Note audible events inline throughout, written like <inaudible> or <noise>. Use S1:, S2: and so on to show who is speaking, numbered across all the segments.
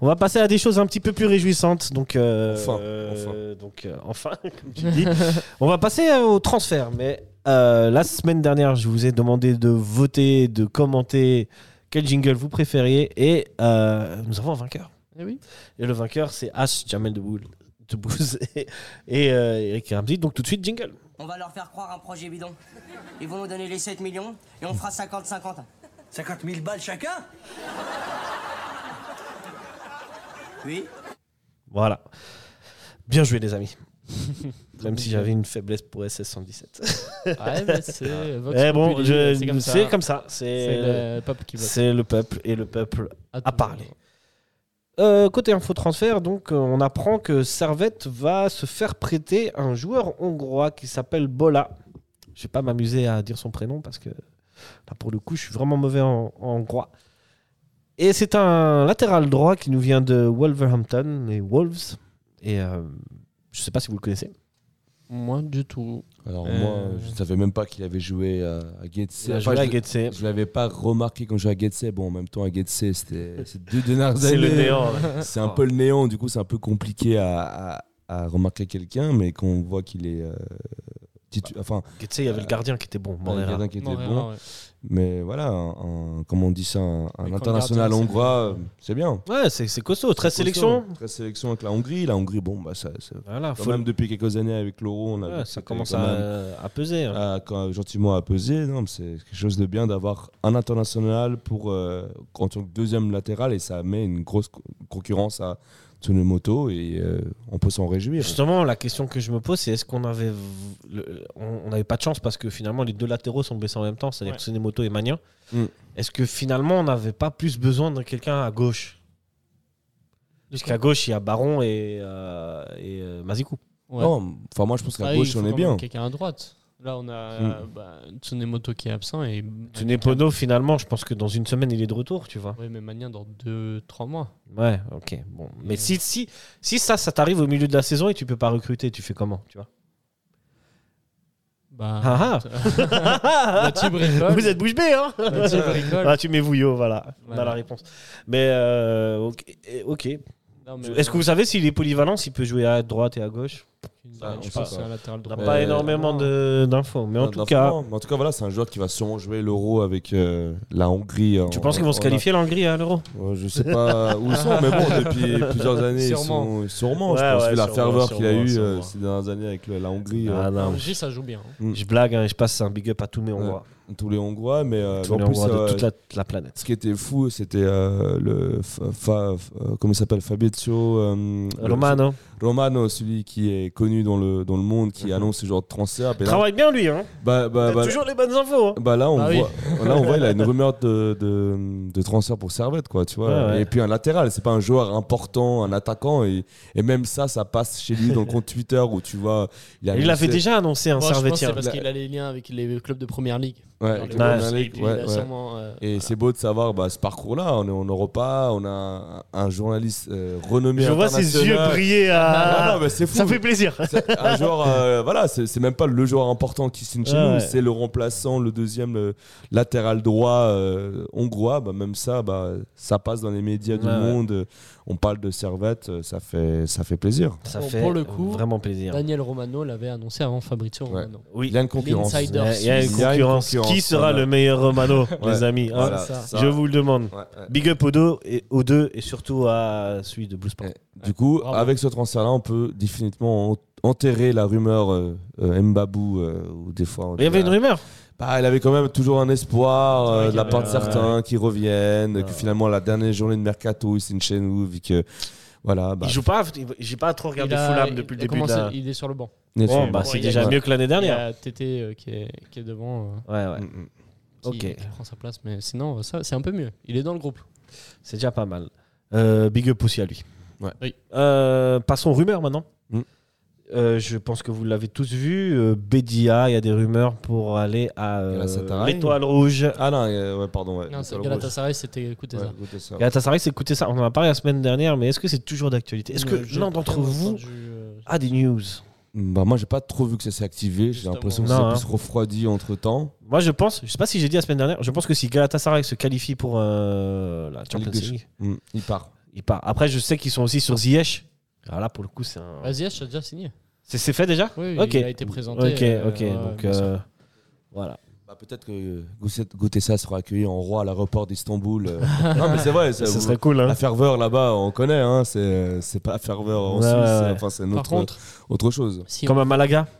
S1: On va passer à des choses un petit peu plus réjouissantes. Donc, euh,
S2: Enfin,
S1: euh, donc euh, enfin, <laughs> comme tu dis. On va passer euh, au transfert. Mais euh, la semaine dernière, je vous ai demandé de voter, de commenter quel jingle vous préfériez. Et euh, nous avons un vainqueur.
S3: Eh oui.
S1: Et le vainqueur, c'est As Jamel Debbouze Debbouze et, et euh, Eric Ramsey. Donc tout de suite, jingle.
S4: On va leur faire croire un projet bidon. Ils vont nous donner les 7 millions et on fera 50-50.
S5: 50 000 balles chacun
S4: Oui
S1: Voilà. Bien joué, les
S3: <laughs>
S1: amis. Même si j'avais une faiblesse pour SS117.
S3: Ouais, mais c'est Vox
S1: Ah. Mais Eh bon,
S3: Populi,
S1: je-
S3: c'est comme ça.
S1: c'est comme ça. C'est
S3: C'est le peuple qui vote.
S1: C'est le peuple et le peuple
S3: Attends.
S1: parler. Euh, côté info transfert, donc euh, on apprend que Servette va se faire prêter un joueur hongrois qui s'appelle Bola. Je vais pas m'amuser à dire son prénom parce que là pour le coup je suis vraiment mauvais en, en hongrois. Et c'est un latéral droit qui nous vient de Wolverhampton, les Wolves. Et euh, je sais pas si vous le connaissez.
S3: Moins du tout.
S2: Alors
S3: Euh.
S2: moi, je ne savais même pas qu'il avait joué à, à Getse.
S1: Il a
S2: Enfin,
S1: joué
S2: je
S1: à
S2: l'ai-
S1: Getse.
S2: Je l'avais pas remarqué quand je jouais à Getse. Bon, en même temps, à Getse, c'était ces deux dernières
S1: C'est le
S2: années.
S1: néant. là.
S2: C'est un peu le néant, du coup, c'est un peu compliqué à, à- à remarquer quelqu'un, mais quand on voit qu'il est. euh, titu-
S1: Bah,
S2: Enfin,
S1: Guetze, il y avait le gardien qui était bon,
S2: il y
S1: Morera.
S2: en a qui était
S3: Non, rien,
S2: bon.
S3: ouais.
S2: Mais voilà, un, un- comment on dit ça, un, un
S3: Mais quand
S2: international
S3: le gardien,
S2: hongrois, euh, c'est bien.
S1: Ouais, c'est c'est costaud. 13
S2: C'est
S1: sélections.
S2: costaud. 13 sélections avec la Hongrie. La Hongrie, bon, bah, ça, ça-
S1: Voilà,
S2: quand
S1: faut-
S2: même depuis quelques années avec l'euro, on a
S1: Ouais,
S2: vu que
S1: Ah, ça
S2: c'était
S1: commence
S2: quand
S1: à,
S2: même- Ah,
S1: à peser. hein.
S2: à- Euh, quand- gentiment à peser. Non, mais c'est quelque chose de bien d'avoir un international pour euh, en tant que deuxième latéral et ça met une grosse co- concurrence à Tsunemoto et euh, on peut s'en réjouir.
S1: Justement, la question que je me pose, c'est est-ce qu'on avait. v- le- on on n'avait pas de chance parce que finalement, les deux latéraux sont blessés en même temps, c'est-à-dire
S3: Ouais.
S1: Tsunemoto et Magnin.
S2: Mm.
S1: Est-ce que finalement, on n'avait pas plus besoin de quelqu'un à gauche Puisqu'à gauche, il y a Baron et, euh, et euh, Mazikou.
S3: Ouais.
S2: Non, enfin moi je pense qu'à
S3: Ah, il
S2: gauche
S3: faut
S2: on est
S3: quand même
S2: bien. Hmm.
S3: Quelqu'un à droite. Là, on a bah, Tsunemoto qui est absent et.
S1: Tsunemoto, finalement, je pense que dans une semaine, il est de retour, tu vois.
S3: Oui, mais Magnin dans 2-3 mois.
S1: Ouais, ok. Bon. Mais si, si, si ça, ça t'arrive au milieu de la saison et tu peux pas recruter, tu fais comment, tu vois
S2: <laughs>
S1: <laughs>
S3: Bah.
S1: Ah,
S3: <laughs> Bah, tu bricoles.
S1: Vous êtes bouche bée, hein
S3: Bah, tu bricoles.
S1: Ah, tu mets Vouillot, voilà. On a
S3: Voilà.
S1: la réponse. Mais euh, ok. eh, ok.
S3: Non, mais-
S1: Est-ce que vous savez s'il est polyvalent, s'il peut jouer à droite et à gauche
S2: Ah, on
S3: je
S2: sait
S3: pense que
S2: pas.
S3: c'est un
S1: On
S3: latéral
S1: n'a
S3: droit.
S2: Euh, Bah,
S1: pas énormément de- d'infos. Mais en
S2: Enfin,
S1: tout cas,
S2: franchement, mais en tout cas voilà, c'est un joueur qui va sûrement jouer l'euro avec euh, la Hongrie.
S1: tu
S2: en-
S1: penses qu'ils vont se
S2: en-
S1: qualifier l'Hongrie à l'Euro
S2: Ouais, Je sais pas où ils
S1: <laughs>
S2: sont, mais bon, depuis plusieurs années,
S3: Sûrement.
S2: sûrement. Ils sont, sûrement
S1: Ouais,
S2: je pense,
S1: ouais,
S2: vu la
S1: sûrement,
S2: ferveur qu'il a
S1: sûrement,
S2: eu euh,
S1: sûrement.
S2: ces dernières années avec le- la Hongrie. euh,
S1: Ah non,
S3: Hongrie, ça joue bien. hein.
S1: je blague hein, et je passe un big up à tous mes Hongrois.
S2: tous les Hongrois, mais euh,
S1: Tous
S2: en
S1: les
S2: plus,
S1: Hongrois de
S2: euh,
S1: toute la, la planète.
S2: Ce qui était fou, c'était euh, le fa- fa- euh, comment il s'appelle Fabrizio euh, le-
S1: Romano.
S2: Romano, celui qui est connu dans le dans le monde, qui annonce ce genre de transfert. Bah,
S1: Mhm. Travaille bien lui, hein.
S2: là, bah, bah,
S1: T'as
S2: bah,
S1: toujours les bonnes infos. hein.
S2: bah, là, on
S3: Ah oui.
S2: voit, là on voit, il a
S1: <laughs>
S2: une rumeur de, de, de transfert pour Servette, quoi, tu vois.
S1: Ouais, ouais.
S2: Et puis un latéral, c'est pas un joueur important, un attaquant, et, et même ça, ça passe chez lui dans le compte Twitter où tu vois. a
S1: Il l'avait
S2: annoncé-
S1: déjà annoncé, un
S3: Moi, je pense que c'est
S1: servetien.
S3: parce qu'il a les liens avec les clubs de première ligue.
S2: Ouais,
S3: Genre les
S2: Clément
S1: Nice.
S3: Wolves,
S2: Malik,
S3: il- il
S2: ouais,
S3: a
S2: ouais.
S3: sûrement, euh,
S2: Et c'est beau de savoir bah, ce parcours-là. On est en Europa, on a un, un journaliste euh, renommé.
S1: Je vois ses yeux
S2: international.
S1: briller à.
S2: Ah, non, mais c'est fou.
S1: Ça fait plaisir.
S2: C'est
S1: <laughs>
S2: un joueur, euh, voilà, c'est c'est même pas le joueur important qui signe chez
S1: Ouais,
S2: nous,
S1: ouais.
S2: c'est le remplaçant, le deuxième le latéral droit euh, hongrois. Bah, même ça, bah, ça passe dans les médias du
S1: Ouais, ouais.
S2: monde. On parle de Servette, euh, ça fait, ça fait plaisir.
S1: Ça
S3: Bon,
S1: fait
S3: pour le coup,
S1: vraiment plaisir.
S3: Daniel Romano l'avait annoncé avant Fabrizio
S2: Ouais.
S3: Romano.
S1: Oui.
S2: Il y a une concurrence.
S1: Il
S3: L'insider.
S1: y a- il y a une
S2: Il y a une
S1: concurrence.
S2: concurrence,
S1: Qui sera
S2: voilà.
S1: le meilleur Romano, <laughs>
S2: Ouais,
S1: les amis hein
S2: Voilà,
S3: ça.
S2: ça.
S1: Je vous le demande.
S2: Ouais, ouais.
S1: Big up aux deux, et, aux deux et surtout à celui de Blue Sport.
S2: Ouais. Du coup,
S3: Bravo.
S2: avec ce transfert-là, on peut définitivement en- enterrer la rumeur euh, euh, Mbabou, euh, ou des fois. on
S1: Il y avait
S2: dit,
S1: une
S2: ah,
S1: rumeur.
S2: bah, il avait quand même toujours un espoir euh,
S3: Ouais,
S2: de la
S3: ouais,
S2: part de
S1: ouais,
S2: certains qui reviennent,
S1: Ouais.
S2: que finalement la dernière journée de mercato, il signe chez nous, vu que voilà, bah,
S1: il joue pas. il- J'ai pas trop regardé
S3: Il a-
S1: Fulham
S3: il-
S1: depuis le
S3: il a
S1: début. De
S3: commencé-
S1: la...
S3: Il est sur le banc.
S2: en effet,
S1: Bon,
S3: bon,
S1: bah,
S3: il
S1: c'est
S3: y a
S1: déjà
S3: une-
S1: mieux que l'année
S3: Il y
S1: dernière.
S3: a Tété euh, qui, est, qui est devant, euh,
S1: Ouais, ouais.
S2: Mm, mm.
S3: qui,
S1: Ok.
S3: qui prend sa place. Mais sinon, euh, ça, c'est un peu mieux. Il est dans le groupe.
S1: C'est déjà pas mal. Euh, big up aussi à lui.
S2: Ouais.
S3: Oui.
S1: Euh, passons aux rumeurs maintenant.
S2: Mm.
S1: Euh, je pense que vous l'avez tous vu. euh, Bedia, il y a des rumeurs pour aller à euh,
S2: Galatasaray.
S1: l'étoile rouge.
S2: Ah non, euh, ouais, pardon. Ouais,
S3: Non, c'est
S2: Gonzalo
S3: Galatasaray, c'était écoutez
S2: Rose.
S3: ça.
S2: Ouais, écoutez ça.
S1: Galatasaray, c'est écouter ça. On en a parlé la semaine dernière, mais est-ce que c'est toujours d'actualité Est-ce que
S3: Euh, j'ai
S1: l'un d'entre
S3: bien
S1: vous
S3: entendu, euh,
S1: a des news
S2: Bah, moi, j'ai pas trop vu que ça s'est activé. J'ai
S3: Justement.
S2: l'impression que
S1: Non,
S2: ça
S1: hein.
S2: s'est plus refroidi entre temps.
S1: Moi, je pense, je sais pas si j'ai dit la semaine dernière, je pense que si Galatasaray se qualifie pour euh, la Champions
S2: Ligue des
S1: League,
S2: Hmm, Il part.
S1: il Il part. Après, je sais qu'ils sont aussi sur Ziyech. Alors là, pour le coup, c'est un.
S3: Vas-y, Ash, t'as déjà signé.
S1: C'est c'est fait déjà
S3: Oui,
S1: Ok.
S3: il a été présenté.
S1: Ok,
S3: euh,
S1: ok.
S3: ouais,
S1: donc,
S3: bien sûr.
S1: euh, voilà.
S2: Bah, Peut-être que Gousset- Goutessa sera accueilli en roi à l'aéroport d'Istanbul. euh.
S1: <laughs>
S2: non, mais c'est vrai.
S1: Ça,
S2: c'est-
S1: serait cool. hein.
S2: La ferveur là-bas, on connaît. Hein, c'est c'est pas la ferveur en
S1: Ouais,
S2: Suisse.
S1: ouais,
S2: c'est-
S1: ouais.
S2: Enfin, c'est
S3: Par
S2: notre-
S3: contre,
S2: autre chose.
S3: si
S1: Comme à Malaga.
S3: on-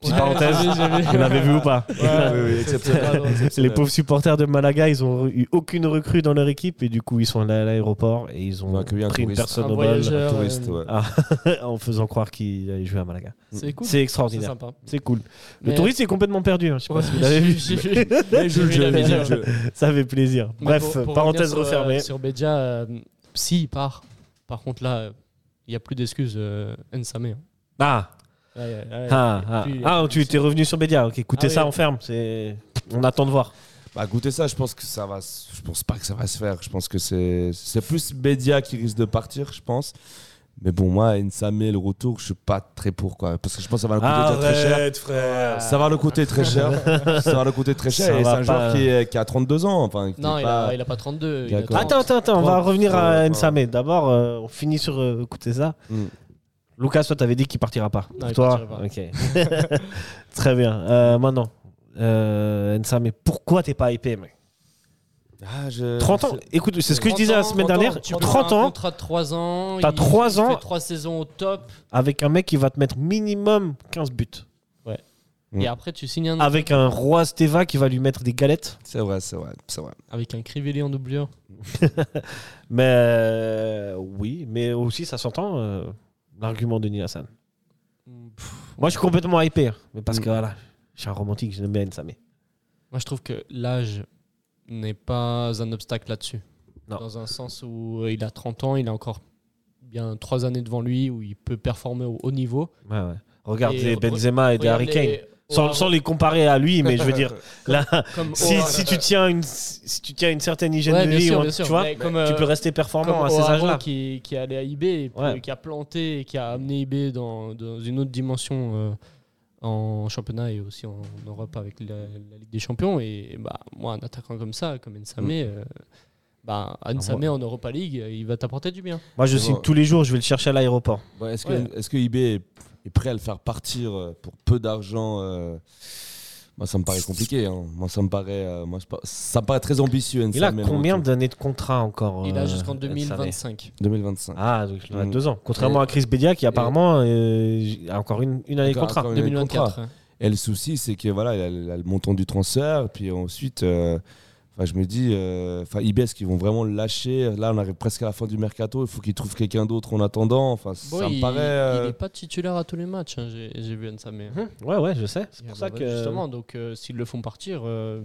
S1: Petite
S3: Ouais,
S1: parenthèse.
S3: j'ai vu, j'ai
S1: Vous l'avez vu ou pas
S2: Oui, oui, exceptionnel.
S1: <laughs> Les
S2: Exceptionnel.
S1: pauvres supporters de Malaga, ils ont eu aucune recrue dans leur équipe et du coup, ils sont allés à l'aéroport et ils
S2: Ils ont
S1: ont
S2: accueilli un
S1: pris une
S2: touriste.
S1: personne
S3: Un
S1: au bol
S3: voyageur. Euh,
S2: Touriste, ouais.
S1: <laughs> en faisant croire qu'ils allaient jouer à Malaga.
S3: C'est cool.
S1: C'est
S3: C'est
S1: extraordinaire.
S3: sympa.
S1: C'est cool. Le
S3: Mais-
S1: touriste est complètement perdu. hein. Je sais pas
S3: Ouais,
S1: si vous l'avez vu.
S3: j'ai-
S1: <laughs>
S3: j'ai-
S2: joue le
S3: j'ai vu la
S2: jeu, il
S3: vidéo.
S2: joue le jeu.
S1: Ça fait plaisir.
S3: Mais
S1: Bref,
S3: pour- pour
S1: parenthèse
S3: revenir sur, euh,
S1: refermée.
S3: Sur Bedia, euh, si, il part. Par contre, là, euh, il n'y a plus d'excuses, euh, Nsamé. hein.
S1: Ah,
S3: Ouais, ouais, ouais.
S1: ah,
S3: Et
S1: ah.
S3: puis, euh,
S1: Ah, tu t'es revenu sur Bédia. Ok, écoutez
S3: Ah
S1: ça,
S3: oui.
S1: on ferme. C'est... On attend de voir.
S2: Bah, goûter ça, je pense que ça va. s- Je pense pas que ça va se faire. Je pense que c'est c'est plus Bedia qui risque de partir, je pense. Mais bon, moi, Nsame, le retour, je suis pas très pour quoi, parce que je pense que ça va le coûter
S1: Ah,
S2: déjà très cher.
S1: frère.
S2: Ça va le coûter
S1: <laughs>
S2: très cher. ça va le coûter très
S1: Ça
S2: cher. Et c'est
S1: va
S2: un joueur
S1: pas.
S2: qui, est- qui a 32 ans. Enfin, qui
S3: Non,
S2: est
S3: il
S2: pas-
S3: a, il a pas 32. il a
S2: D'accord.
S3: 30.
S1: Attends, attends, attends, on va
S2: Trente,
S1: revenir à
S2: euh,
S1: Nsame. D'abord, euh, on finit sur euh, écoutez ça.
S2: Mm.
S1: Lucas, toi, t'avais dit qu'il partira pas.
S3: Non, il
S1: toi,
S3: partira pas.
S1: ok. <laughs> Très bien. Euh, maintenant, euh, Nsame, pourquoi t'es pas hypé, mec
S2: Ah, je-
S1: 30 ans. Écoute, c'est ce que je
S3: 30
S1: disais la
S3: ans,
S1: semaine
S3: 30 ans,
S1: dernière.
S3: tu peux
S1: 30
S3: faire un
S1: ans
S3: contrat de 3 ans.
S1: T'as
S3: il-
S1: trois
S3: il
S1: ans.
S3: fait 3 saisons au top.
S1: avec un mec qui va te mettre minimum 15 buts.
S2: Mm.
S3: Et après, tu signes un
S1: Avec un roi Steva qui va lui mettre des galettes.
S2: C'est vrai, c'est vrai, c'est vrai.
S3: avec un Crivelli en doublure.
S1: Mais euh, oui, mais aussi ça s'entend euh, l'argument de Nilassan.
S3: Pff,
S1: Moi je suis complètement hypé, hein, mais parce que
S2: Mm.
S1: voilà, je suis un romantique, je bien Nsame.
S3: Moi, je trouve que l'âge n'est pas un obstacle là-dessus.
S1: Non.
S3: Dans un sens où euh, il a 30 ans, il a encore bien 3 années devant lui où il peut performer au haut niveau.
S1: Ouais, ouais. Regarde
S3: Et
S1: les
S3: re-
S1: Benzema et des
S3: Regarde
S1: Harry Kane.
S3: les-
S1: Sans,
S3: Oharu-
S1: sans les comparer à lui, mais je veux dire, là,
S3: <laughs> comme
S1: <laughs> si,
S3: Oharu-
S1: si tu tiens une, si tu tiens une certaine hygiène
S3: Ouais,
S1: de
S3: bien
S1: vie,
S3: sûr,
S1: ou un-
S3: bien sûr,
S1: hein, tu vois,
S3: mais comme,
S1: tu
S3: euh,
S1: peux rester
S3: comme
S1: performant à ces
S3: Oharu
S1: âges-là.
S3: qui, qui est allé à IB et puis,
S1: Ouais.
S3: qui a planté et qui a amené IB dans, dans une autre dimension euh, en championnat et aussi en, Europe avec la, la Ligue des Champions. Et, et bah, moi, un attaquant comme ça, comme
S1: Mm.
S3: Nsamé, euh, bah,
S1: Ah,
S3: Nsamé en Europa League, euh, il va t'apporter du bien.
S1: Moi, je
S2: C'est
S1: signe
S2: bon.
S1: tous les jours, je vais le chercher à l'aéroport.
S2: Bon, est-ce que,
S3: Ouais.
S2: est-ce que eBay est, est prêt à le faire partir euh, pour peu d'argent euh, Moi, ça me paraît compliqué. hein. Moi, ça me paraît, euh, moi, je pa- ça me paraît très ambitieux.
S1: Il a
S2: Nsame,
S1: combien
S2: Monti.
S1: d'années de contrat encore
S3: Il
S1: euh,
S3: a jusqu'en
S1: Nsame
S3: 2025.
S2: 2025.
S1: Ah, donc il en a
S2: Mm.
S1: deux ans. Contrairement à Chris Bedia qui apparemment euh, a encore une, une année de
S2: Encore-
S1: contrat.
S2: encore une année de contrat.
S3: 2024. hein.
S2: Et le souci, c'est que voilà, il a, il a le montant du transfert, puis ensuite, euh, enfin, je me dis, euh, enfin, eBay, est-ce qu'ils vont vraiment le lâcher Là, on arrive presque à la fin du mercato. Il faut qu'ils trouvent quelqu'un d'autre en attendant. Enfin,
S3: Bon,
S2: ça
S3: il,
S2: me paraît.
S3: il
S2: euh,
S3: est pas titulaire à tous les matchs, hein, j'ai j'ai vu Nsamé.
S1: Mhm. Ouais, ouais, je sais. C'est
S3: Et
S1: pour
S3: bah,
S1: ça
S3: bah,
S1: que.
S3: Justement, donc euh, s'ils le font partir euh,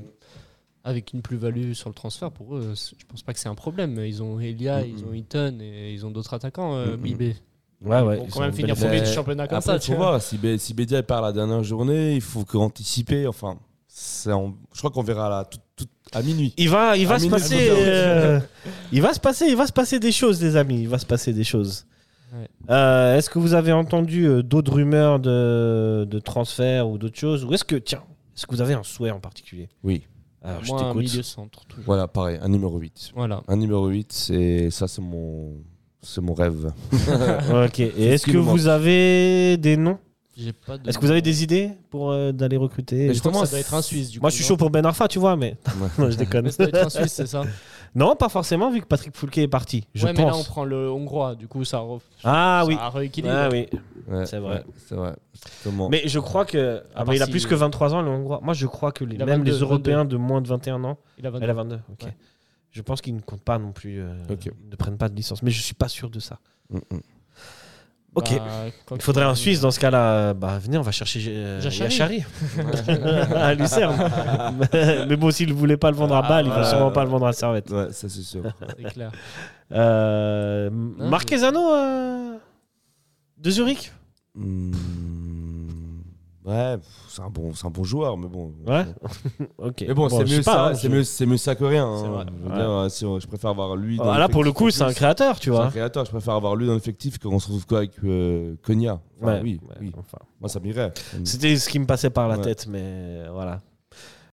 S3: avec une plus-value sur le transfert, pour eux, c'est- je pense pas que c'est un problème. Ils ont Elia,
S2: Mhm.
S3: ils ont Eaton et ils ont d'autres attaquants, euh,
S2: Mhm.
S3: IB.
S1: Ouais,
S3: Ils
S1: Ah ouais.
S3: vont
S1: ils
S3: quand
S1: ont
S3: même
S1: une
S3: finir
S1: belle-
S2: Mais
S3: premier du
S1: Ah,
S3: championnat comme
S2: Après,
S3: ça,
S2: il
S3: tu
S2: faut
S3: vois.
S2: voir. Si, Bé- si Bédia il part la dernière journée, il faut qu'anticiper. Enfin, c'est en- je crois qu'on verra là, tout, tout- à minuit.
S1: Il va, il va
S2: Un
S1: se
S2: minute
S1: passer.
S2: de
S1: euh, il va se passer, il va se passer des choses, les amis. Il va se passer des choses.
S3: Ouais.
S1: Euh, est-ce que vous avez entendu euh, d'autres rumeurs de, de transfert ou d'autres choses Ou est-ce que, tiens, est-ce que vous avez un souhait en particulier
S2: Oui.
S1: Alors,
S3: Moi, un
S1: euh, je
S3: milieu
S1: t'écoute.
S3: centre. toujours.
S2: Voilà, pareil, un numéro 8.
S3: Voilà.
S2: Un numéro 8, c'est ça, c'est mon, c'est
S1: <laughs>
S2: mon rêve.
S1: ok.
S2: <laughs>
S1: Et
S2: ce
S1: est-ce
S2: qui
S1: que
S2: nous manque.
S1: vous avez des noms
S3: J'ai pas de-
S1: Est-ce que vous avez des idées pour euh, d'aller recruter
S2: Mais
S3: Je crois que
S2: Justement,
S3: ça doit être un Suisse. Du
S1: Moi,
S3: coup,
S1: je suis
S3: non
S1: chaud pour Ben Arfa, tu vois, mais <laughs> non, je déconne.
S3: <laughs> Mais ça doit être un Suisse, c'est ça
S1: <laughs> Non, pas forcément, vu que Patrick Foulquet est parti. Je
S3: Ouais, mais là, on
S1: pense.
S3: prend le Hongrois. Du coup, ça, re-
S1: Ah
S3: ça
S1: oui.
S3: rééquilibre.
S1: Ah oui.
S2: Ouais,
S1: C'est vrai.
S2: ouais, c'est vrai. Justement.
S1: Mais je crois que. Ah,
S3: part
S1: mais il a
S3: si-
S1: plus que 23 ans, le Hongrois. Moi, je crois que les-
S3: Il a
S1: même
S3: 22,
S1: les Européens de moins de 21 ans.
S3: Il a
S1: Elle a
S3: 22.
S1: 22, ok.
S3: Ouais.
S1: Je pense qu'ils ne comptent pas non plus. euh,
S2: Ok.
S1: ils Ne prennent pas de licence. Mais je suis pas sûr de ça.
S2: Mm, mm.
S1: Ok.
S3: Bah, quand
S1: Il faudrait un
S3: tu-
S1: Suisse dans ce cas-là. euh, Bah, venez, on va chercher euh,
S3: Jachary.
S1: Yachary. <laughs>
S3: <laughs>
S1: à Lucerne. <laughs> mais bon, s'il ne voulait pas le vendre à Bâle, il va
S2: Ah,
S1: sûrement
S2: ouais.
S1: pas le vendre à Servette.
S2: Ouais, ça
S1: <laughs>
S2: c'est sûr.
S3: C'est clair.
S1: Euh, Marquezano euh, de Zurich
S2: Hmm, ouais, pff, c'est un bon, c'est un bon joueur, mais bon.
S1: Ouais. ok.
S2: Mais bon,
S1: je
S2: c'est
S1: sais
S2: mieux,
S1: pas,
S2: ça,
S1: hein,
S2: c'est
S1: je-
S2: mieux, c'est mieux ça que rien.
S1: C'est
S2: hein.
S1: vrai.
S2: Je veux
S1: Ouais.
S2: dire, euh, si on- je préfère avoir lui. dans
S1: Ah, là, pour le coup,
S2: l'effectif
S1: c'est
S2: en
S1: un
S2: plus.
S1: créateur, tu
S2: C'est un
S1: vois.
S2: créateur. Je préfère avoir lui dans l'effectif qu'on se retrouve quoi avec euh, Konya. Enfin,
S1: Ouais,
S2: oui,
S1: ouais,
S2: oui.
S1: enfin.
S2: Moi, ça m'irait.
S1: C'était ce qui me passait par la
S2: Ouais.
S1: tête, mais euh, voilà.